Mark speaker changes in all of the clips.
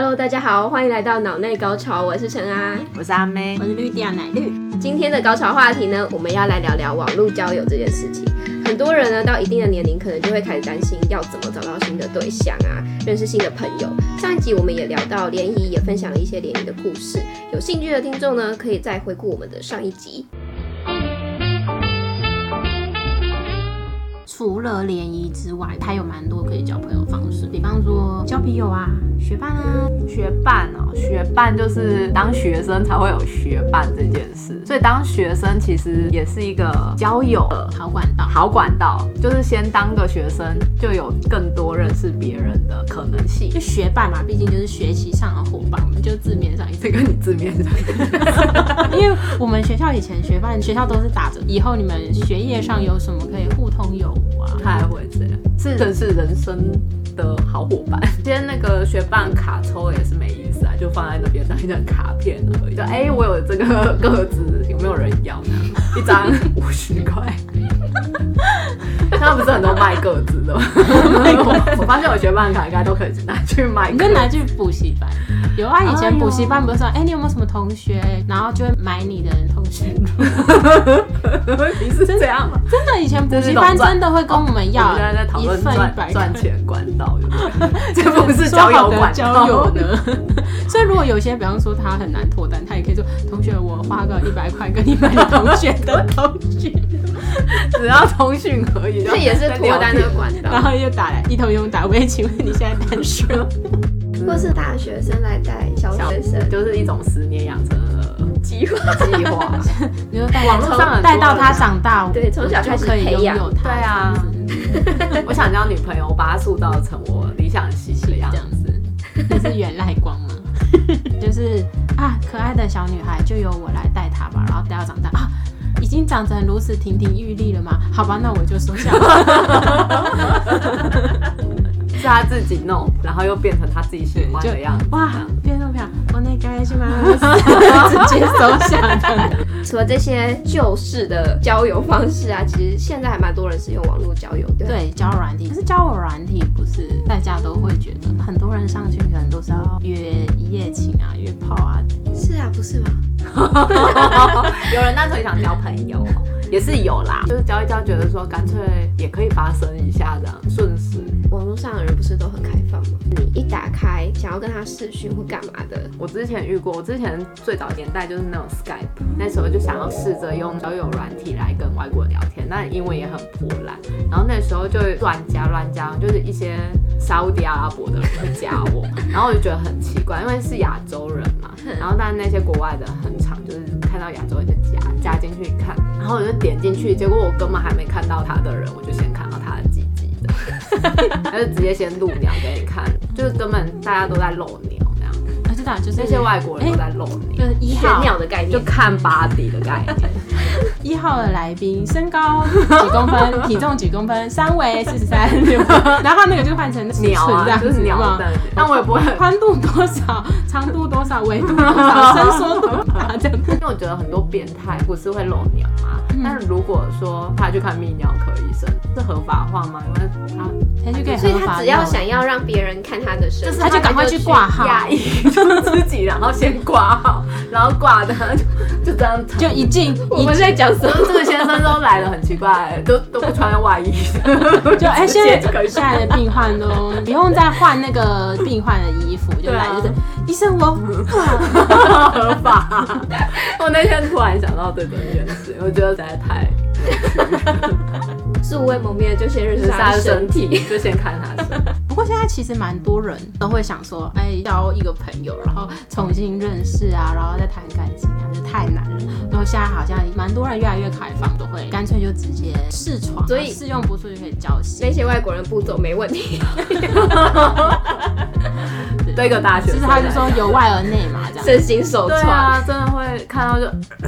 Speaker 1: Hello，大家好，欢迎来到脑内高潮，我是陈安。
Speaker 2: 我是阿妹
Speaker 3: 我，是绿调奶绿，
Speaker 1: 今天的高潮话题呢，我们要来聊聊网络交友这件事情。很多人呢，到一定的年龄，可能就会开始担心要怎么找到新的对象啊，认识新的朋友。上一集我们也聊到联谊，也分享了一些联谊的故事。有兴趣的听众呢，可以再回顾我们的上一集。
Speaker 3: 除了联谊之外，还有蛮多可以交朋友的方式，比方说交笔友啊、学伴啊。
Speaker 2: 学伴哦，学伴就是当学生才会有学伴这件事，所以当学生其实也是一个交友的
Speaker 3: 好管道，
Speaker 2: 好管道，就是先当个学生就有更多认识别人的可能性
Speaker 3: 就。学伴嘛，毕竟就是学习上的伙伴，我们就字面上意思
Speaker 2: 这。跟你字 面上，
Speaker 3: 因为我们学校以前学伴，学校都是打着以后你们学业上有什么可以互通有无啊，
Speaker 2: 太会这样，是真是人生的好伙伴。今天那个学伴卡抽也是没意思啊，就放在那边当一张卡片而已。就哎、我有这个个子，有没有人要 呢？一张五十块。他们不是很多卖个子的吗？ 我发现我学伴卡应该都可以拿去卖
Speaker 3: 你
Speaker 2: 个
Speaker 3: 就
Speaker 2: 子。
Speaker 3: 拿去补习班。有啊，以前补习班不是说，
Speaker 2: 哦
Speaker 3: 哎、你有没有什么同学，然后就会买你的同 学录。
Speaker 2: 你是这样吗？
Speaker 3: 真的，以前补习班真的会跟我们
Speaker 2: 哦我
Speaker 3: 要
Speaker 2: 们现在在讨
Speaker 3: 一
Speaker 2: 论
Speaker 3: 份一
Speaker 2: 赚
Speaker 3: 百
Speaker 2: 赚
Speaker 3: 块。
Speaker 2: 钱管道，对不对这不是交友管道。
Speaker 3: 说好的交友呢？ 所以如果有些，比方说他很难脱单，他也可以说：“同学，我花个一百块跟你买同学的同学。
Speaker 2: 只要通讯可以，
Speaker 1: 这也是脱单的管”
Speaker 3: 然
Speaker 1: 道，
Speaker 3: 后又打来一通用打，喂，请问你现在单身吗？
Speaker 1: 或是大学生来带小
Speaker 2: 小
Speaker 1: 学生
Speaker 2: 就是一种十年养成的
Speaker 1: 计划。
Speaker 2: 计划。
Speaker 3: 你就带
Speaker 2: 网络上很多
Speaker 3: 带到他长大，
Speaker 1: 对从小开始
Speaker 3: 就可以拥有他。
Speaker 2: 对 啊，我想交女朋友，我把她塑造成我理想型的样
Speaker 3: 这
Speaker 2: 子。
Speaker 3: 样子，你是原赖光 吗？就是啊，可爱的小女孩就由我来带她吧，然后带到长大啊，已经长成如此亭亭玉立了吗？好吧，那我就收下了。
Speaker 2: 是她自己弄，然后又变成她自己喜欢的样子。
Speaker 3: 哇，变动票，我那个去买，直接收下 的。
Speaker 1: 除了这些旧式的交友方式啊，其实现在还蛮多人是用网络交友，对吧
Speaker 3: 对，交友软体，可是交友软体不是大家都会觉得，很多人上去可能都是要约一夜情啊、约炮啊，
Speaker 1: 是啊，不是吗？
Speaker 2: 有人单纯想交朋友，也是有啦，就是交一交，觉得说干脆也可以发生一下这样，顺势。
Speaker 1: 网络上的人不是都很开放吗？你一打开，想要跟他视讯或干嘛的，
Speaker 2: 我之前遇过，我之前最早年代就是那种 Skype，那时候就想要试着用交友软体来跟外国人聊天，那英文也很破烂，然后那时候就乱加乱加，就是一些沙烏地阿拉伯的人加我，然后我就觉得很奇怪，因为是亚洲人嘛，然后但那些国外的很常就是看到亚洲人就加加进去看，然后我就点进去，结果我根本还没看到他的人，我就先看到他的鸡鸡的， 他就直接先露鸟给你看，就是根本大家都在露鸟那样。
Speaker 3: 而且打啊就是
Speaker 2: 那些外国人都在露
Speaker 3: 哎就
Speaker 2: 你，
Speaker 3: 是一
Speaker 1: 炫
Speaker 3: 号
Speaker 1: 耀的概
Speaker 2: 就
Speaker 1: 念。
Speaker 2: 看 body 的概念。
Speaker 3: 一号的来宾，身高 几 公分，体重几公分，三围四十三，然后那个就换成尺 寸
Speaker 2: 鸟
Speaker 3: 这
Speaker 2: 啊，
Speaker 3: 样
Speaker 2: 就
Speaker 3: 子
Speaker 2: 是鸟
Speaker 3: 嘛
Speaker 2: 的，但我也不会，
Speaker 3: 宽度多少，长度多少，维度多少，伸缩多少，这 样子。
Speaker 2: 因为我觉得很多变态不是会露鸟嘛。但如果说他去看泌尿科医生，是合法化吗？因为他
Speaker 3: 才去给
Speaker 1: 所以
Speaker 3: 合
Speaker 1: 他
Speaker 3: 法啊
Speaker 1: 只要
Speaker 3: 用
Speaker 1: 想要让别人看他的身，
Speaker 3: 哎是他就赶快去挂号
Speaker 2: 压抑就自己，然后先挂号，然后挂的 就就这样。
Speaker 3: 就一进
Speaker 1: 我
Speaker 3: 一
Speaker 1: 们在讲什么？
Speaker 2: 这个先生都来了，很奇怪，都都不穿外衣，
Speaker 3: 就哎，
Speaker 2: 直
Speaker 3: 现
Speaker 2: 接
Speaker 3: 在
Speaker 2: 就可以
Speaker 3: 现在的病患都不用再换那个病患的衣服，就
Speaker 2: 对
Speaker 3: 来
Speaker 2: 啊
Speaker 3: 就是医生我
Speaker 1: 啊
Speaker 2: 合法。 我那天突然想到这件事，我觉得实在太
Speaker 1: 素未谋面就先认
Speaker 2: 就
Speaker 1: 识
Speaker 2: 是
Speaker 1: 他
Speaker 2: 他
Speaker 1: 的
Speaker 2: 的身
Speaker 1: 身体。
Speaker 2: 体，就先看他身体。
Speaker 3: 不过现在其实蛮多人都会想说，哎，交一个朋友，然后重新认识啊，然后再谈感情啊，这太难了。然后现在好像蛮多人越来越开放，都会干脆就直接试床啊，
Speaker 1: 所以
Speaker 3: 试用不错就可以交心。
Speaker 1: 那些外国人步骤没问题，
Speaker 2: 对一个大学
Speaker 3: 其
Speaker 2: 生
Speaker 3: 实
Speaker 2: 来
Speaker 3: 他
Speaker 2: 讲，
Speaker 3: 就说由外而内嘛，这样。
Speaker 1: 身心受
Speaker 2: 对
Speaker 1: 创。
Speaker 2: 啊，真的会看到就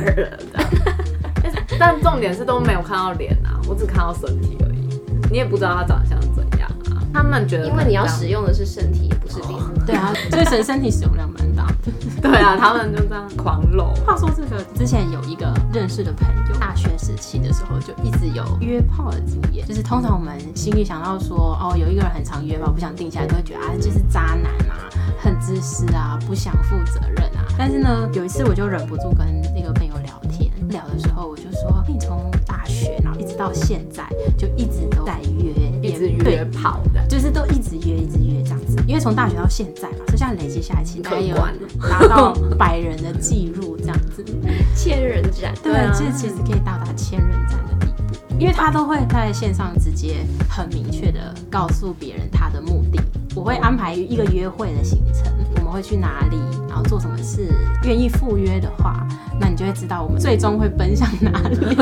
Speaker 2: 这样，但重点是都没有看到脸啊，我只看到身体而已，你也不知道他长相怎样啊。他们觉得
Speaker 1: 因为你要
Speaker 2: 这样
Speaker 1: 使用的是身体，不是脸。
Speaker 3: 对啊，所以神身体使用量蛮大的。
Speaker 2: 对啊，他们就这样狂 搂。
Speaker 3: 话说这个，之前有一个认识的朋友，大学时期的时候就一直有约炮的经验。就是通常我们心里想到说，哦，有一个人很常约炮，不想定下来，都会觉得啊，就是渣男啊，很自私啊，不想负责任啊。但是呢，有一次我就忍不住跟那个朋友聊天，聊的时候我就说，哎你从大学然后一直到现在，就一直都在约，
Speaker 2: 一直
Speaker 3: 对
Speaker 2: 约炮的，
Speaker 3: 就是都一直约，一直约这样子，因为从大学到现在嘛，所以这样累积下来，其实大概有
Speaker 2: 可观了
Speaker 3: 达到百人的记录这样子。
Speaker 1: 千人斩，
Speaker 3: 对，
Speaker 2: 对啊
Speaker 3: 这其实可以到达千人斩的地步，因为他都会在线上直接很明确的告诉别人他的目的。我会安排一个约会的行程，我们会去哪里，然后做什么事。愿意赴约的话，那你就会知道我们最终会奔向哪里。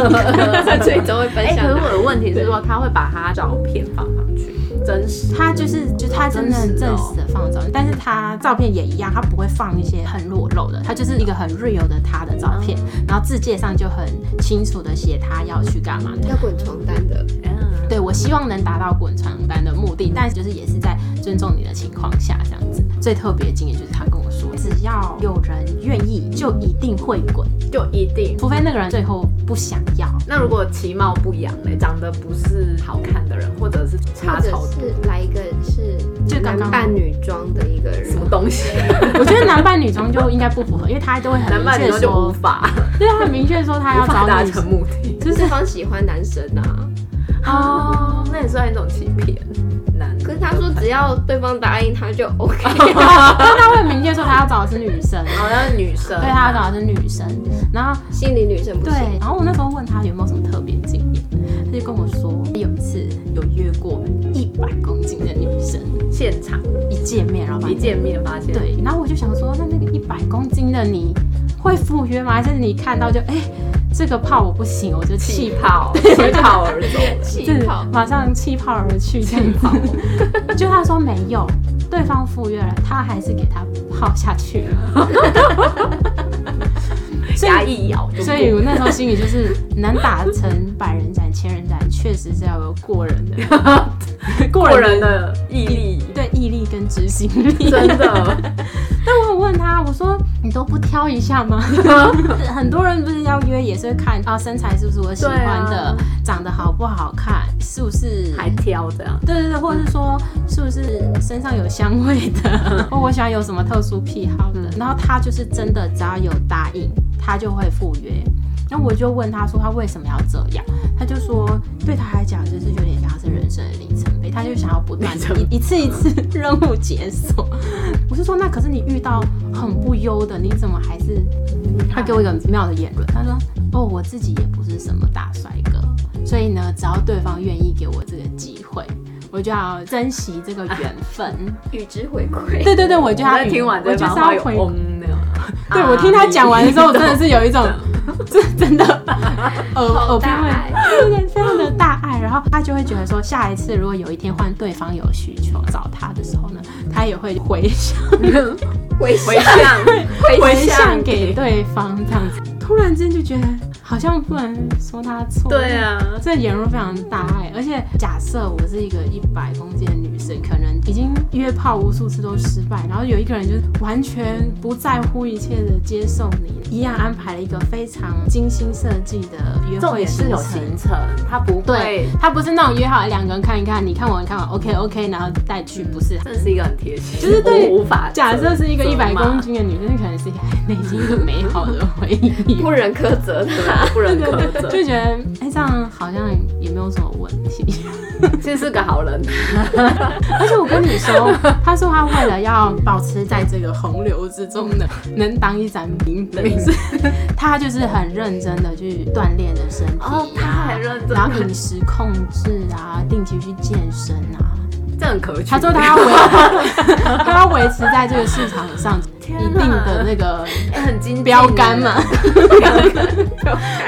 Speaker 1: 最终会分
Speaker 2: 哎、
Speaker 1: 享
Speaker 2: 可是
Speaker 1: 哪
Speaker 2: 我的问题是说，他会把他照片放上去，真实
Speaker 3: 他就是，就他真的很
Speaker 2: 真实
Speaker 3: 真
Speaker 2: 哦
Speaker 3: 实的放照片，但是他照片也一样，他不会放一些很裸露的，他就是一个很 real 的他的照片，然后字界上就很清楚的写他要去干嘛。
Speaker 1: 要滚床单的，
Speaker 2: 嗯，
Speaker 3: 对我希望能达到滚床单的目的，但是就是也是在尊重你的情况下这样子。最特别的经验就是他跟我说，只要有人愿意，就一定会滚，
Speaker 2: 就一定。
Speaker 3: 除非那个人最后不想要。
Speaker 2: 那如果其貌不扬嘞，长得不是好看的人，或者是
Speaker 1: 或
Speaker 2: 差
Speaker 1: 者
Speaker 2: 草
Speaker 1: 是来一个是
Speaker 3: 就
Speaker 1: 男
Speaker 3: 刚刚
Speaker 1: 扮女装的一个人
Speaker 2: 什，么东西，
Speaker 3: 我觉得男扮女装就应该不符合，因为他都会很
Speaker 2: 男
Speaker 3: 明
Speaker 2: 扮女
Speaker 3: 确
Speaker 2: 装就无
Speaker 3: 说，
Speaker 2: 法
Speaker 3: 对，啊他很明确说他要
Speaker 2: 无法
Speaker 3: 找
Speaker 2: 达
Speaker 3: 女
Speaker 2: 成目的。
Speaker 1: 就是方喜欢男生啊。
Speaker 2: 哦，那也算一种欺骗。男，
Speaker 1: 可是他说只要对方答应他就 OK，
Speaker 3: 但啊他会明确说他要找的是女生，
Speaker 2: 好像女生，
Speaker 3: 对，啊他要找的是女生。然后
Speaker 1: 心理女生不
Speaker 3: 对
Speaker 1: 行。，
Speaker 3: 然后我那时候问他有没有什么特别经验，他就跟我说有一次有约过一百公斤的女生，
Speaker 2: 现场
Speaker 3: 一见面然后把
Speaker 2: 一见面发现，，
Speaker 3: 对，然后我就想说，那那个一百公斤的你会赴约吗？还是你看到就哎、这个泡我不行，我就
Speaker 2: 气
Speaker 3: 气
Speaker 2: 泡，随泡而走的。
Speaker 1: 气
Speaker 3: 就是
Speaker 1: 泡，
Speaker 3: 马上气泡而去这样泡。就他说没有，对方赴约了，他还是给他泡下去 了。所以
Speaker 2: 牙一咬就
Speaker 3: 所以
Speaker 2: 过
Speaker 3: 我那时候心里就是，能打成百人斩、千人斩，确实是要有过人 的过
Speaker 2: 过人的毅力，
Speaker 3: 对毅力跟执行力。
Speaker 2: 真的，
Speaker 3: 但我有问他，我说 啊你都不挑一下 吗？很多人不是要约也是会看啊身材是不是我喜欢
Speaker 2: 对
Speaker 3: 的，
Speaker 2: 啊
Speaker 3: 长得好不好看，是不是
Speaker 2: 还挑这样。
Speaker 3: 对对对，或者是说是不是身上有香味的，或我喜欢有什么特殊癖好的
Speaker 2: 嗯，
Speaker 3: 然后他就是真的只要有答应，他就会赴约。然后我就问他说他为什么要这样，他就说对他来讲就是有点像是人生的里程碑，他就想要不断
Speaker 2: 里
Speaker 3: 地
Speaker 2: 程碑
Speaker 3: 一一次一次任务解锁。我就说那可是你遇到很不优的，你怎么还是？他给我一个很妙的言论，他说哦我自己也不是什么大帅哥，所以呢只要对方愿意给我这个机会。我就要珍惜这个缘分。
Speaker 1: 与之回馈。
Speaker 3: 对对对，我就
Speaker 2: 我
Speaker 3: 要
Speaker 2: 在听完
Speaker 3: 我
Speaker 2: 这
Speaker 3: 啊就是
Speaker 2: 番话
Speaker 3: 要
Speaker 2: 有
Speaker 3: 回。
Speaker 2: 嗡那样。啊
Speaker 3: 对我听他讲完的时候，我真的是有一种， 这真的耳
Speaker 1: 好
Speaker 3: 耳边
Speaker 1: 大
Speaker 3: 会
Speaker 1: 爱，
Speaker 3: 对对，非常的大爱。然后他就会觉得说，下一次如果有一天换对方有需求找他的时候呢，他也会回向
Speaker 1: 回想
Speaker 2: 回向，
Speaker 3: 回
Speaker 2: 向
Speaker 3: 向给对方这样子。突然间就觉得好像不能说他错，
Speaker 2: 对啊，
Speaker 3: 这言论非常大爱，而且假设我是一个一百公斤的女生，可能已经约炮无数次都失败，然后有一个人就是完全不在乎一切的接受你，一样安排了一个非常精心设计的约
Speaker 2: 重
Speaker 3: 会
Speaker 2: 点是
Speaker 3: 行
Speaker 2: 有
Speaker 3: 程。
Speaker 2: 行程，他不
Speaker 3: 对
Speaker 2: 会。，
Speaker 3: 他不是那种约好两个人看一看，你看我，你看我，OK OK，然后再去，不是。
Speaker 2: 这是一个很贴心，
Speaker 3: 就是对
Speaker 2: 我无法
Speaker 3: 假设是一个
Speaker 2: 责
Speaker 3: 一百
Speaker 2: 骂
Speaker 3: 公，斤的女生，可能是一个内心很美好的回忆，
Speaker 1: 不忍苛责他，
Speaker 2: 不忍苛责，
Speaker 3: 就觉得哎，这样好像也没有什么问题。
Speaker 2: 其实是个好人，
Speaker 3: 而且我跟你说，他说他为了要保持在这个洪流之中呢，能当一盏明灯，所以
Speaker 2: 嗯
Speaker 3: 他就是很认真的去锻炼的身体、啊，
Speaker 2: 哦他很认真
Speaker 3: 然后饮食控制啊，定期去健身 啊。
Speaker 2: 这很可取。
Speaker 3: 他说他 要维，他要维持在这个市场上
Speaker 2: 天
Speaker 3: 一定
Speaker 2: 哪
Speaker 3: 的那个
Speaker 2: 哎很精进
Speaker 3: 标 杆嘛，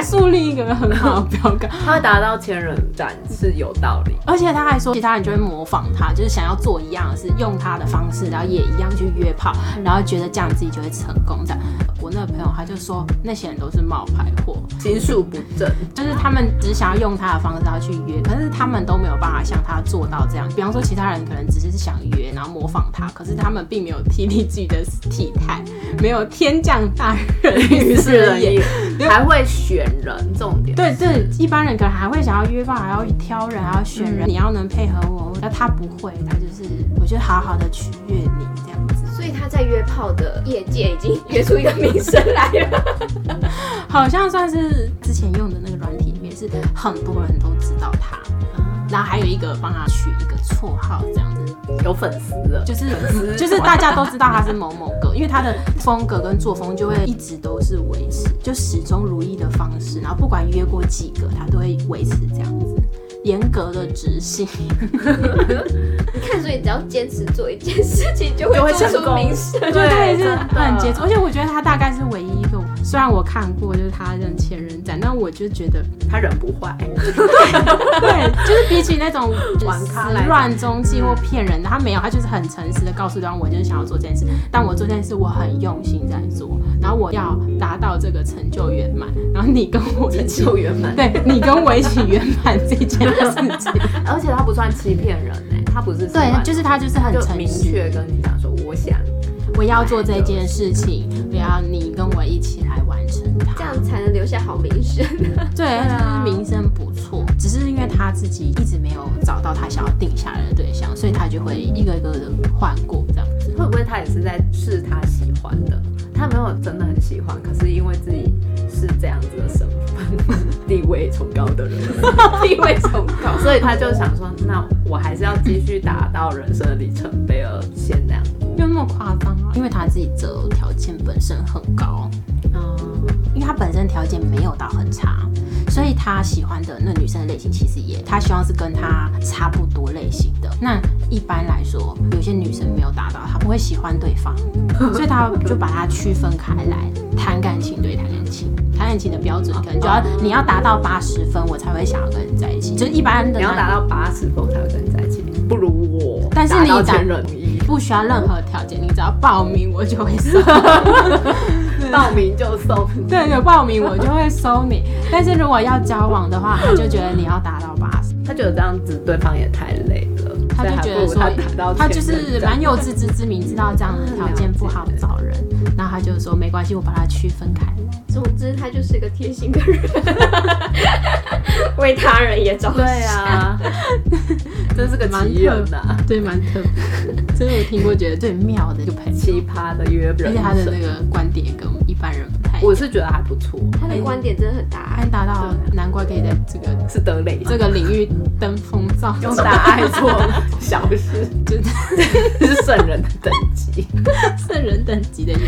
Speaker 3: 树立一个很好的标杆。
Speaker 2: 他会达到千人斩是有道理。
Speaker 3: 而且他还说，其他人就会模仿他，就是想要做一样的事，用他的方式，然后也一样去约炮，然后觉得这样自己就会成功。这样，我那个朋友他就说，那些人都是冒牌货，
Speaker 2: 心术不正，
Speaker 3: 就是他们只想要用他的方式然后去约，可是他们都没有办法像他做到这样。比方说，其实他人可能只是想约，然后模仿他，可是他们并没有体力自己的体态，没有天降大任于斯
Speaker 2: 啊
Speaker 3: 人也。
Speaker 2: 还会选人，重点
Speaker 3: 对对，一般人可能还会想要约炮，还要挑人，还要选人，
Speaker 2: 嗯
Speaker 3: 你要能配合我。那他不会，他就是我就好好的取悦你这样子，
Speaker 1: 所以他在约炮的业界已经约出一个名声来了。
Speaker 3: 好像算是之前用的那个软体里面是很多人都知道他，然后还有一个帮他取一个绰号这样子，
Speaker 2: 有粉丝了，
Speaker 3: 就是就是大家都知道他是某某个，因为他的风格跟作风就会一直都是维持，就始终如一的方式，然后不管约过几个，他都会维持这样子，严格的执行。
Speaker 1: 看，所以只要坚持做一件事情，就会
Speaker 2: 就会
Speaker 1: 做
Speaker 2: 成
Speaker 1: 出
Speaker 2: 功
Speaker 1: 名声。
Speaker 3: 对，他也是
Speaker 2: 真的
Speaker 3: 很杰出，而且我觉得他大概是唯一一个，虽然我看过就是他认前任展，但我就觉 得，
Speaker 2: 他人不坏，
Speaker 3: 对，就是比起那种
Speaker 2: 玩咖来
Speaker 3: 始乱终弃或骗人的，他没有，他就是很诚实的告诉对方，我就是想要做这件事，但我做这件事我很用心在做，然后我要达到这个成就圆满，然后你跟我一
Speaker 2: 成
Speaker 3: 起，
Speaker 2: 就圆满。
Speaker 3: 对你跟我一起圆满这件事情，
Speaker 2: 而且他不算欺骗人哎、他不是
Speaker 3: 对，就是是他就是很
Speaker 2: 就
Speaker 3: 诚
Speaker 2: 明
Speaker 3: 实，
Speaker 2: 确跟你讲说，我想
Speaker 3: 我要做这件事情，我要你跟我一起来完成它，
Speaker 1: 这样才能留下好名声。
Speaker 3: 对，
Speaker 2: 啊
Speaker 3: 就是名声不错，只是因为他自己一直没有找到他想要定下来的对象，所以他就会一个一个的换过这样子。
Speaker 2: 会不会他也是在试他喜欢的？他没有真的很喜欢，可是因为自己是这样子的身份、地位崇高 的人，地位崇高， 所以他就想说，那我还是要继续达到人生的里程碑，而先这样。
Speaker 3: 没有那么夸张啊，因为他自己择偶条件本身很高，
Speaker 2: 嗯，
Speaker 3: 因为他本身条件没有到很差，所以他喜欢的那女生的类型其实也，他希望是跟他差不多类型的。那一般来说，有些女生没有达到，她不会喜欢对 方，所以他就把它区分开来，谈感情对谈感情。谈感情的标准可能就
Speaker 2: 哦
Speaker 3: 要你要达到八十分，我才会想要跟你在一起。就是一般的
Speaker 2: 你要达
Speaker 3: 男
Speaker 2: 到八十分才会跟你在一起，不如我，
Speaker 3: 但是你
Speaker 2: 达到
Speaker 3: 达
Speaker 2: 千人一，
Speaker 3: 不需要任何条件，你只要报名我就会收。
Speaker 2: 报名就送。
Speaker 3: 对，有报名我就会收你。 但是如果要交往的话，他就觉得你要达到八十，
Speaker 2: 他觉得这样子对方也太累了，
Speaker 3: 他就觉得
Speaker 2: 所以还不如
Speaker 3: 说
Speaker 2: 达到
Speaker 3: 他
Speaker 2: 前
Speaker 3: 就
Speaker 2: 任这
Speaker 3: 是
Speaker 2: 样
Speaker 3: 蛮有自知之明，知道这样的条件不好找人，然后他就说没关系，我把它区分开来。
Speaker 1: 总之，他就是个贴心的人， 为他人也着想。
Speaker 2: 对 啊，真是个奇人呐、啊，
Speaker 3: 对，蛮特别，这是我听过觉得最妙的一个朋友，
Speaker 2: 奇葩的约
Speaker 3: 而
Speaker 2: 人
Speaker 3: 且他的那
Speaker 2: 生。
Speaker 3: 个观点跟一般人不太一样。
Speaker 2: 我是觉得还不错，
Speaker 1: 他的观点真的很大
Speaker 3: 安达到，难怪可以在这个
Speaker 2: 是德雷
Speaker 3: 这个领域登峰造
Speaker 2: 用
Speaker 3: 极，
Speaker 2: 大爱做小事，
Speaker 3: 就是
Speaker 2: 是圣人的等级，
Speaker 3: 圣人等 级的演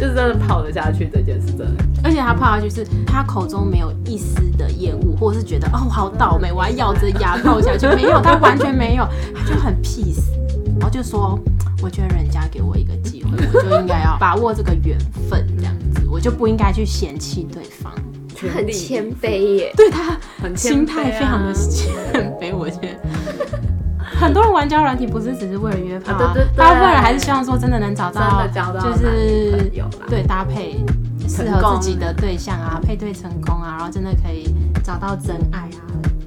Speaker 2: 就是真的跑得下去这件事真的。
Speaker 3: 而且他怕就是他口中没有一丝的厌恶，或者是觉得哦我好倒霉，我还咬着牙泡下去，没有，他完全没有，他就很 peace，然后就说，我觉得人家给我一个机会，我就应该 要把握这个缘分，这样子，我就不应该去嫌弃对方。
Speaker 1: 他很谦卑耶。
Speaker 3: 对他
Speaker 2: 很谦卑啊
Speaker 3: 心态非常的谦卑，我觉得。很多人玩交友软体不是只是为了约炮、啊
Speaker 2: 啊对对对
Speaker 3: 大部分人还是希望说真的能找
Speaker 2: 啊真
Speaker 3: 到，
Speaker 2: 的交到
Speaker 3: 就是
Speaker 2: 男女朋友啦
Speaker 3: 对搭配适
Speaker 2: 成
Speaker 3: 合
Speaker 2: 功
Speaker 3: 自己的对象啊，配对成功啊，然后真的可以找到真爱啊。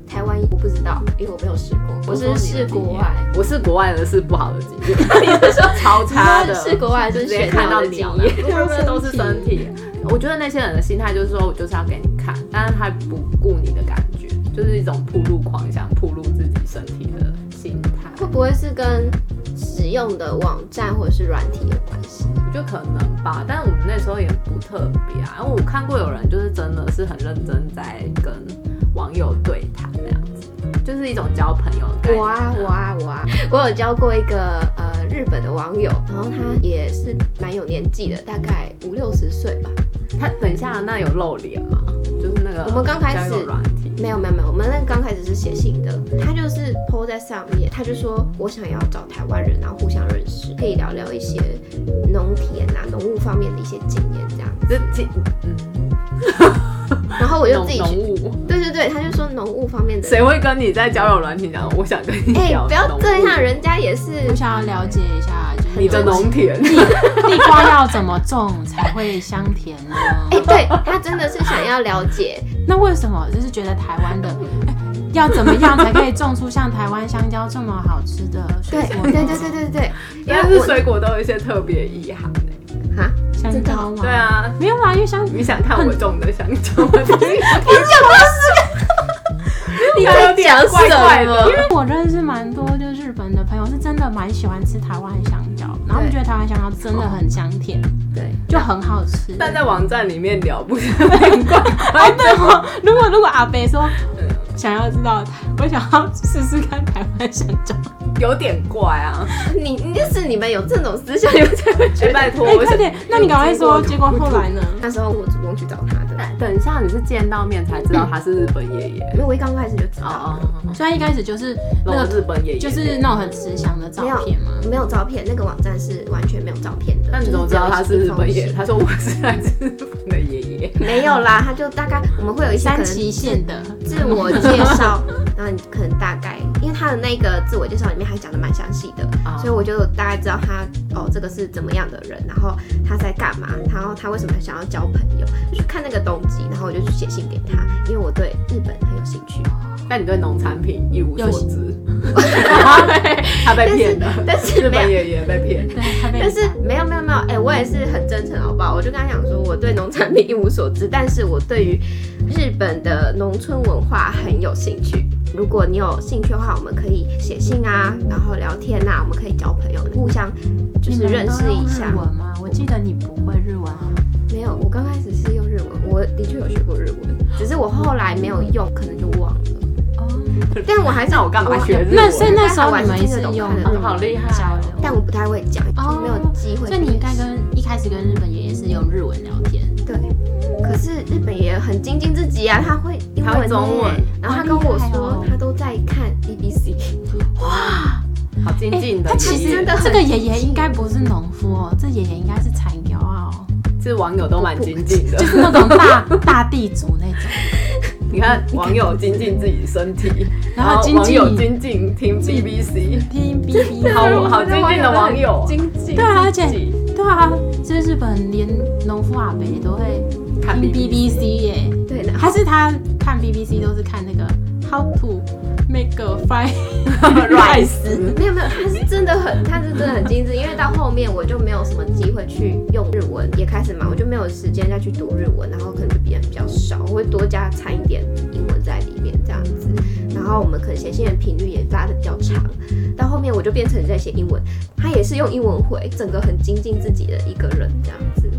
Speaker 1: 台湾我不知道，因为我没有试过，我是试国外。，
Speaker 2: 我是国外的是不好的经 验，你是说 超差的，
Speaker 1: 试国外就是
Speaker 2: 直接
Speaker 1: 选
Speaker 2: 看
Speaker 1: 到
Speaker 2: 到
Speaker 1: 的
Speaker 2: 你
Speaker 1: 经
Speaker 2: 了
Speaker 1: 验。，
Speaker 2: 不是都是身体。我觉得那些人的心态就是说我就是要给你看，但是他不顾你的感觉，就是一种铺路狂想、铺路自己身体的心态。
Speaker 1: 会不会是跟使用的网站或者是软体有关系？
Speaker 2: 我觉得可能吧，但我们那时候也不特别啊。因为我看过有人就是真的是很认真在跟网友对谈那样子，就是一种交朋友的概念。
Speaker 1: 我啊我啊我啊！我有交过一个呃日本的网友，然后他也是蛮有年纪的，大概五六十岁吧。
Speaker 2: 他等一下，那有露脸吗？就是那个
Speaker 1: 我们刚开始
Speaker 2: 交友软体，
Speaker 1: 没有没有没有，我们那个刚开始是写信的，他就是 PO 在上面，他就说我想要找台湾人，然后互相认识，可以聊聊一些农田啊、农务方面的一些经验这样。
Speaker 2: 这这嗯，
Speaker 1: 然后我就
Speaker 2: 农
Speaker 1: 自己
Speaker 2: 农
Speaker 1: 去，
Speaker 2: 务，
Speaker 1: 对对对，他就说农务方面的。
Speaker 2: 谁会跟你在交友软体讲？我想跟你
Speaker 1: 哎、
Speaker 2: 聊
Speaker 1: 不要
Speaker 2: 农务
Speaker 1: 这样，人家也是
Speaker 3: 我想要了解一下，就是
Speaker 2: 你的
Speaker 3: 有
Speaker 2: 农田，
Speaker 3: 地瓜要怎么种才会香甜呢？
Speaker 1: 哦哎、对他真的是想要了解，
Speaker 3: 那为什么就是觉得台湾的？哎要怎么样才可以种出像台湾香蕉这么好吃的水
Speaker 1: 对
Speaker 3: 果
Speaker 1: 对
Speaker 3: 呢？
Speaker 1: 对对对对对，因
Speaker 2: 但是
Speaker 1: 为
Speaker 2: 水果都有一些特别遗憾
Speaker 1: 哦
Speaker 2: 欸
Speaker 1: 我哈，
Speaker 3: 香蕉嘛，
Speaker 2: 对，啊，
Speaker 3: 没有啦，因为香
Speaker 2: 你想看我种的香蕉吗？你
Speaker 1: 你
Speaker 2: 有
Speaker 1: 在
Speaker 2: 点
Speaker 1: 讲
Speaker 2: 怪怪
Speaker 1: 什
Speaker 2: 的
Speaker 1: 么
Speaker 3: 因？为我认识蛮多就是日本的朋友，是真的蛮喜欢吃台湾香蕉，然后他们
Speaker 1: 对
Speaker 3: 觉得台湾香蕉真的很香甜，
Speaker 1: 对，
Speaker 3: 就很好吃。
Speaker 2: 但在网站里面聊不是很怪 怪的。
Speaker 3: 哦如果如果阿北说想要知道，我想要试试看台湾香蕉，
Speaker 2: 有点怪 啊！
Speaker 1: 你你就是你们有这种思想，你们才会觉
Speaker 2: 哎、
Speaker 1: 得。
Speaker 2: 拜托，
Speaker 3: 哎、
Speaker 2: 我
Speaker 3: 快
Speaker 2: 想
Speaker 3: 点，那你赶快说，结果后来呢？
Speaker 1: 那时候我主动去找他的，
Speaker 2: 哎等一下，你是见到面才知道他是日本爷爷。
Speaker 1: 因为我一刚开始就知道了。
Speaker 2: 哦哦，
Speaker 3: 虽然一开始就是
Speaker 1: 哦
Speaker 3: 那
Speaker 2: 那
Speaker 3: 个
Speaker 2: 个日本爷爷
Speaker 3: 就是那种很慈祥的照片嘛。
Speaker 1: 没有照片，那个网站是完全没有照片的。
Speaker 2: 那你
Speaker 1: 就
Speaker 2: 怎么知道他是
Speaker 1: 只有
Speaker 2: 日本
Speaker 1: 一封
Speaker 2: 爷爷？
Speaker 1: 信
Speaker 2: 他说我是来自日本的爷爷。
Speaker 1: 没有啦，他就大概我们会有一些可
Speaker 3: 三
Speaker 1: 能
Speaker 3: 期限的，
Speaker 1: 自我介绍，然后你可能大概，因为他的那个自我介绍里面还讲的蛮详细的，
Speaker 2: 哦
Speaker 1: 所以我就大概知道他哦这个是怎么样的人，然后他在干嘛，然后他为什么想要交朋友，就去看那个东西，然后我就去写信给他，因为我对日本很有兴趣。
Speaker 3: 嗯
Speaker 2: 但你对农产品一无所知， 他被
Speaker 1: 但
Speaker 2: 骗
Speaker 1: 是
Speaker 2: 了，
Speaker 1: 但
Speaker 2: 日
Speaker 1: 是没
Speaker 2: 本
Speaker 1: 有，
Speaker 2: 爷爷被骗。
Speaker 3: 对，还被
Speaker 1: 但是没有没有没有，哎、我也是很真诚，好不好？我就跟他讲说，我对农产品一无所知，但是我对于日本的农村文化很有兴趣。如果你有兴趣的话，我们可以写信啊，然后聊天啊，我们可以交朋友，互相就是认识一下
Speaker 3: 你们都用日。文吗？我记得你不会日文啊。
Speaker 1: 没有，我刚开始是用日文，我的确有学过日文，只是我后来没有用，可能就忘了。哦但我还是
Speaker 2: 那我干嘛学日
Speaker 3: 那所以
Speaker 2: 文？
Speaker 3: 那时候你们是用日文
Speaker 2: 好厉害
Speaker 3: 交
Speaker 2: 哦
Speaker 3: 流，
Speaker 1: 但我不太会讲，
Speaker 3: 哦
Speaker 1: 没有机会去认识。
Speaker 3: 所以你应该跟一开始跟日本爷爷是用日文聊天，
Speaker 1: 对，可是日本也很精进自己啊，他会英
Speaker 2: 他会
Speaker 1: 文、
Speaker 2: 中文，
Speaker 1: 然后他跟我
Speaker 3: 好厉害
Speaker 1: 说
Speaker 3: 哦
Speaker 1: 他都在看 BBC，
Speaker 2: 好精进的
Speaker 3: 哎他
Speaker 2: 爷
Speaker 3: 其
Speaker 2: 爷
Speaker 1: 真
Speaker 3: 实
Speaker 1: 的很
Speaker 3: 这个爷爷应该不是农夫哦，这爷爷应该是产业啊哦，
Speaker 2: 是网友都蛮精进的
Speaker 3: 就。是那种大大地主那种。
Speaker 2: 你看网友精进自己身体，然
Speaker 3: 然后
Speaker 2: 后
Speaker 3: 精
Speaker 2: 网
Speaker 3: 进
Speaker 2: 友精进听 BBC，
Speaker 3: 听 B B
Speaker 2: 好
Speaker 3: 好
Speaker 2: 好精进的网友，
Speaker 1: 精进
Speaker 3: 对啊，而且
Speaker 2: 自己
Speaker 3: 对啊，这日本连农夫阿北都会
Speaker 2: 看
Speaker 3: 听 B B C 耶，
Speaker 1: 对的，
Speaker 3: 还是他看 B B C 都是看那个 How to make a fry rice，
Speaker 1: 没有没有，他是真的很，他是真的很精致，因为到后面我就没有什么机会去用日文，也开始忙，我就没有时间再去读日文，然后可能就别人比较少，我会多加掺一点英文在里面这样子，然后我们可能写信的频率也拉的比较长，到后面我就变成在写英文，他也是用英文回，整个很精进自己的一个人这样子。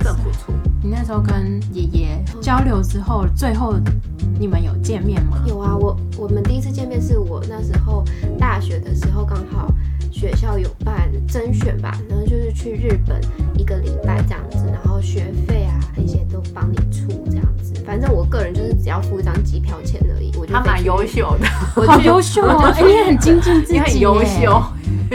Speaker 2: 真不错。
Speaker 3: 你那时候跟爷爷交流之后，最后你们有见面吗？
Speaker 1: 有啊，我我们第一次见面是我那时候大学的时候，刚好学校有办甄选吧，然后就是去日本一个礼拜这样子，然后学费啊那些都帮你出这样子。反正我个人就是只要付一张机票钱而已，我就
Speaker 2: 他
Speaker 1: 飞
Speaker 2: 蛮
Speaker 1: 去
Speaker 2: 优秀的，我
Speaker 3: 好
Speaker 2: 去
Speaker 3: 优秀哦！哎，你也很精进自己
Speaker 2: 你
Speaker 3: 耶，
Speaker 2: 很优秀。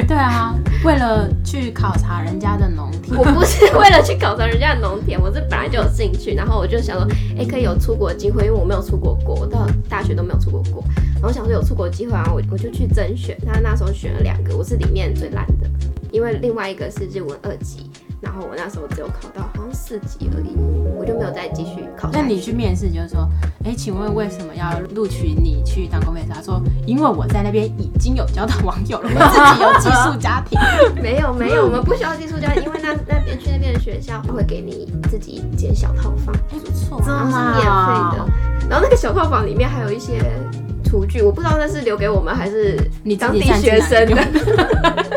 Speaker 3: 对啊，为了去考察人家的农田，
Speaker 1: 我不是为了去搞成人家的农田，我是本来就有兴趣，然后我就想说，哎、可以有出国机会，因为我没有出过国，我到大学都没有出过国，然后我想说有出国机会啊，我我就去甄选，那那时候选了两个，我是里面最烂的，因为另外一个是日文二级，然后我那时候只有考到好像四级而已，我就没有再继续考下
Speaker 3: 那
Speaker 1: 去。
Speaker 3: 你去面试就是说，哎，请问为什么要录取你去当公费生？他说，因为我在那边已经有交到网友了，我自己有寄宿家 庭。
Speaker 1: 没有没有，我们不需要寄宿家庭，因为那那边去那边的学校他会给你自己一间小套房。
Speaker 3: 哎，不错
Speaker 2: 真
Speaker 1: 然后是免费
Speaker 2: 哇
Speaker 1: 的。哦然后那个小套房里面还有一些厨具，我不知道那是留给我们还是
Speaker 3: 你自
Speaker 1: 当
Speaker 3: 己
Speaker 1: 地
Speaker 3: 站起来
Speaker 1: 学生的。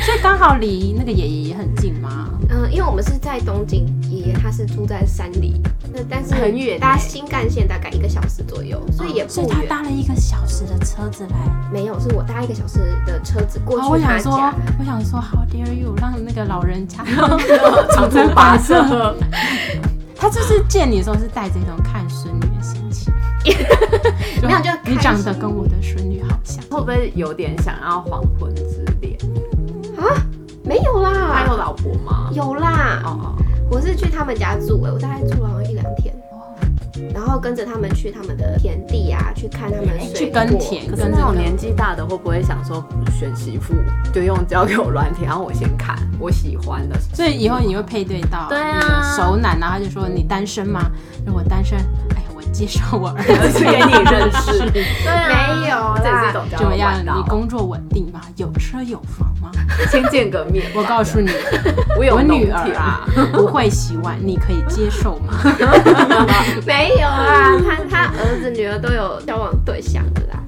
Speaker 3: 所以刚好离那个爷爷也很近嘛。
Speaker 1: 嗯，因为我们是在东京，爷爷他是住在山里，那但是
Speaker 2: 很远
Speaker 1: 搭
Speaker 2: 欸
Speaker 1: 新干线大概一个小时左右，所以也
Speaker 3: 啊所以
Speaker 1: 不
Speaker 3: 他
Speaker 1: 远。
Speaker 3: 搭了一个小时的车子来。
Speaker 1: 没有，是我搭一个小时的车子过
Speaker 3: 啊，我
Speaker 1: 去他
Speaker 3: 想说
Speaker 1: 家。，
Speaker 3: 我想说，How dare you 让那个老人家
Speaker 2: 长途跋涉，
Speaker 3: 他就是见你的时候是带着一种看孙女的心 情，
Speaker 1: 没有就
Speaker 3: 你
Speaker 1: 开
Speaker 3: 长
Speaker 1: 心
Speaker 3: 得跟我的孙女好像。
Speaker 2: 会不会有点想要黄昏之恋？
Speaker 1: 没有
Speaker 2: 他
Speaker 1: 啦
Speaker 2: 有，老婆吗？
Speaker 1: 有啦。
Speaker 2: 哦
Speaker 1: 我是去他们家住、欸，我大概住了好像一两天，然后跟着他们去他们的田地啊，去看他们的
Speaker 3: 哎
Speaker 1: 水
Speaker 3: 去
Speaker 1: 果。
Speaker 3: 耕田，
Speaker 2: 可是
Speaker 3: 跟
Speaker 2: 那
Speaker 3: 着
Speaker 2: 种
Speaker 3: 耕
Speaker 2: 年纪大的会不会想说选媳妇就用交友软体，然后我先看我喜欢 的，
Speaker 3: 所以以后你会配对到
Speaker 2: 对啊
Speaker 3: 那个熟男，然后他就说你单身吗？如果单身，哎呀，我介绍我儿
Speaker 2: 儿
Speaker 3: 子
Speaker 2: 子给你认识，
Speaker 4: 对啊，
Speaker 1: 没有啦
Speaker 2: 这也是一种交
Speaker 3: 怎么
Speaker 2: 友
Speaker 3: 样
Speaker 2: 管？
Speaker 3: 你
Speaker 2: 道。
Speaker 3: 工作稳定吗？有车有房吗？
Speaker 2: 先见个 面，
Speaker 3: 我告诉你，
Speaker 2: 我有
Speaker 3: 我
Speaker 2: 农
Speaker 3: 女儿
Speaker 2: 田
Speaker 3: 啊，不会洗碗，你可以接受吗？
Speaker 1: 没有啊，他他儿子女儿都有交往对象的啦。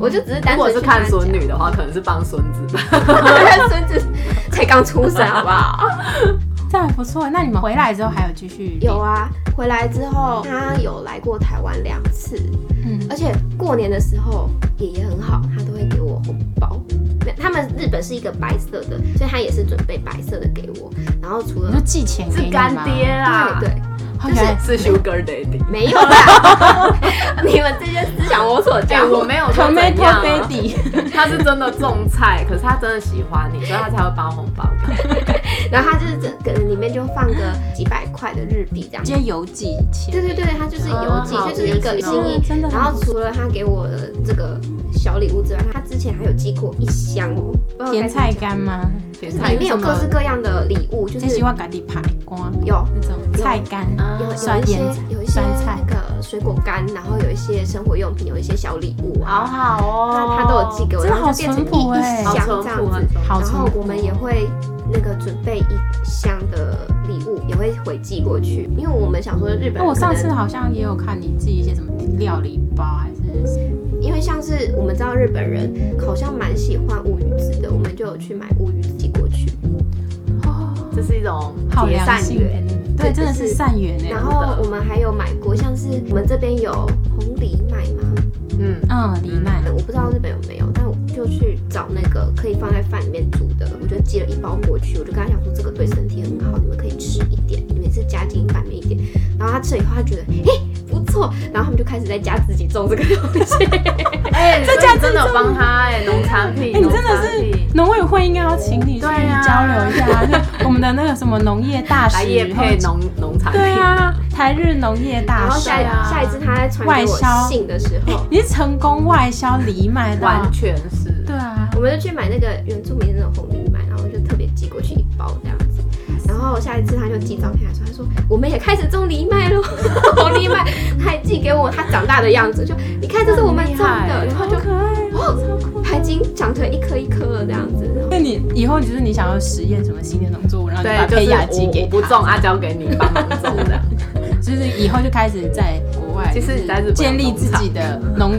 Speaker 1: 我就只是单
Speaker 2: 如果
Speaker 1: 纯
Speaker 2: 是
Speaker 1: 去
Speaker 2: 看
Speaker 1: 他
Speaker 2: 孙
Speaker 1: 家
Speaker 2: 女的话，可能是帮孙子吧。
Speaker 1: 孙子才刚出生，好不好？
Speaker 3: 这还不错。那你们回来之后还有继续？
Speaker 1: 有，啊，回来之后他有来过台湾两次，
Speaker 3: 嗯，
Speaker 1: 而且过年的时候爷爷很好，他都会给我红包。那他们日本是一个白色的，所以他也是准备白色的给我。然后除
Speaker 3: 我
Speaker 1: 了
Speaker 3: 就寄钱给
Speaker 2: 是
Speaker 3: 你
Speaker 2: 干
Speaker 3: 吗，
Speaker 2: 爹啦，
Speaker 1: 对对，
Speaker 3: 好
Speaker 1: 就是
Speaker 3: 原来
Speaker 2: 是 Sugar Daddy。
Speaker 1: 没有啦， 你们这些思想我所
Speaker 2: 哎、
Speaker 1: 教。
Speaker 2: 我没有 说怎
Speaker 3: Tomato
Speaker 2: 样、
Speaker 3: Daddy，
Speaker 2: 他是真的种菜，可是他真的喜欢你，所以他才会包红包 给你。
Speaker 1: 然后他就是这个里面就放个几百块的日币这样。
Speaker 3: 接邮寄
Speaker 1: 对
Speaker 3: 钱，
Speaker 1: 对对，他就是邮
Speaker 3: 啊
Speaker 1: 寄，
Speaker 2: 哦
Speaker 1: 就是一个心意
Speaker 3: 哦。真的很不错
Speaker 1: 然后除了他给我的这个小礼物之外，他之前还有寄过一箱哦，不知道该 怎
Speaker 3: 甜
Speaker 1: 么
Speaker 3: 菜
Speaker 1: 讲
Speaker 3: 干吗？
Speaker 2: 甜
Speaker 1: 就是
Speaker 2: 菜
Speaker 1: 里面有各式各样的礼物，就
Speaker 3: 这
Speaker 1: 是
Speaker 3: 喜欢咖喱排瓜
Speaker 1: 有。
Speaker 3: 那种菜干，
Speaker 1: 有有
Speaker 3: 酸
Speaker 1: 一些
Speaker 3: 盐菜
Speaker 1: 有一些
Speaker 3: 酸菜
Speaker 1: 那个水果干，然后有一些生活用品，有一些小礼物啊，
Speaker 2: 好哦
Speaker 1: 他他都有寄给我，
Speaker 3: 真的
Speaker 1: 然后
Speaker 3: 好
Speaker 1: 就变成
Speaker 3: 淳朴
Speaker 1: 一一
Speaker 3: 欸
Speaker 1: 箱
Speaker 2: 好
Speaker 1: 这
Speaker 2: 淳
Speaker 1: 样
Speaker 2: 朴，啊
Speaker 1: 子
Speaker 2: 很。淳朴。
Speaker 3: 好
Speaker 1: 然
Speaker 3: 淳
Speaker 1: 后
Speaker 3: 朴
Speaker 1: 我们也会那个准备一箱的礼物，也会回寄过去，因为我们想说日本
Speaker 3: 那
Speaker 1: 人
Speaker 3: 哦我
Speaker 1: 可
Speaker 3: 上
Speaker 1: 能
Speaker 3: 次好像也有看你寄一些什么料理包，还是
Speaker 1: 因为像是我们知道日本人好像蛮喜欢乌鱼子的，我们就有去买乌鱼子寄过去。
Speaker 3: 哦，
Speaker 2: 这是一种
Speaker 3: 好
Speaker 2: 结
Speaker 3: 良
Speaker 2: 善
Speaker 3: 心
Speaker 2: 缘，
Speaker 3: 的，对，真的是善缘哎。
Speaker 1: 然后我们还有买过，像是我们这边有红梨买吗？
Speaker 2: 嗯，
Speaker 3: 嗯，李奈，
Speaker 1: 我不知道日本有没有，但我就去找那个可以放在饭里面煮的，我就寄了一包过去。我就跟他讲说这个对身体很好，你们可以吃一点，你们是加进饭里面一点。然后他吃了以后，他觉得诶不错，然后他们就开始在家自己种这个东西。
Speaker 2: 哎、这家真的有帮他哎、农产品，
Speaker 3: 哎你真
Speaker 2: 农
Speaker 3: 的是
Speaker 2: 产品
Speaker 3: 农委会应该要请你去交
Speaker 2: 对啊
Speaker 3: 流一下，就我们的那个什么农业大
Speaker 2: 来
Speaker 3: 使，哦
Speaker 2: 夜配农农产品，
Speaker 3: 对啊，台日农业
Speaker 1: 然
Speaker 3: 大
Speaker 1: 后
Speaker 3: 使
Speaker 1: 下一、
Speaker 2: 啊
Speaker 1: 下一次他在传给我信的时 候，
Speaker 3: 你是成功外销藜麦到，
Speaker 2: 完全是。
Speaker 3: 对啊，
Speaker 1: 我们就去买那个原住民的那种红藜麦，然后就特别寄过去一包这样子。然后下一次他就寄照片来说，他说我们也开始种藜麦喽， 红藜麦，他还寄给我他长大的样子，就你看这是我们种的，然后就
Speaker 3: 好可爱哦。
Speaker 1: 哦，它已经长成一颗一颗了这样子。
Speaker 3: 那你以后你就是你想要实验什么新的农作物，然后你把
Speaker 2: 对，就
Speaker 3: 胚芽
Speaker 2: 是
Speaker 3: 寄
Speaker 2: 我
Speaker 3: 给
Speaker 2: 我不
Speaker 3: 他
Speaker 2: 种，阿娇给你帮忙种的。
Speaker 3: 就是以后就开始在国外，
Speaker 2: 其实你在日本有
Speaker 3: 建立自己 的农，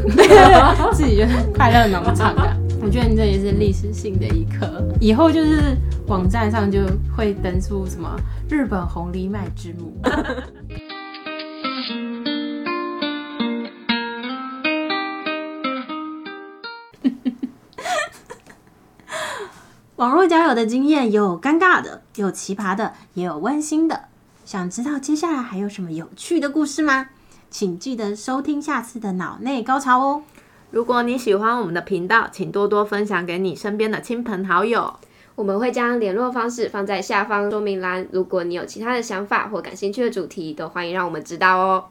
Speaker 3: 自己就是快乐农场的。我觉得你这也是历史性的一刻，以后就是网站上就会登出什么日本红藜麦之母。 网络交友的经验有尴尬的，有奇葩的，也有温馨的。想知道接下来还有什么有趣的故事吗？请记得收听下次的脑内高潮哦。
Speaker 2: 如果你喜欢我们的频道，请多多分享给你身边的亲朋好友。
Speaker 1: 我们会将联络方式放在下方说明栏，如果你有其他的想法或感兴趣的主题，都欢迎让我们知道哦。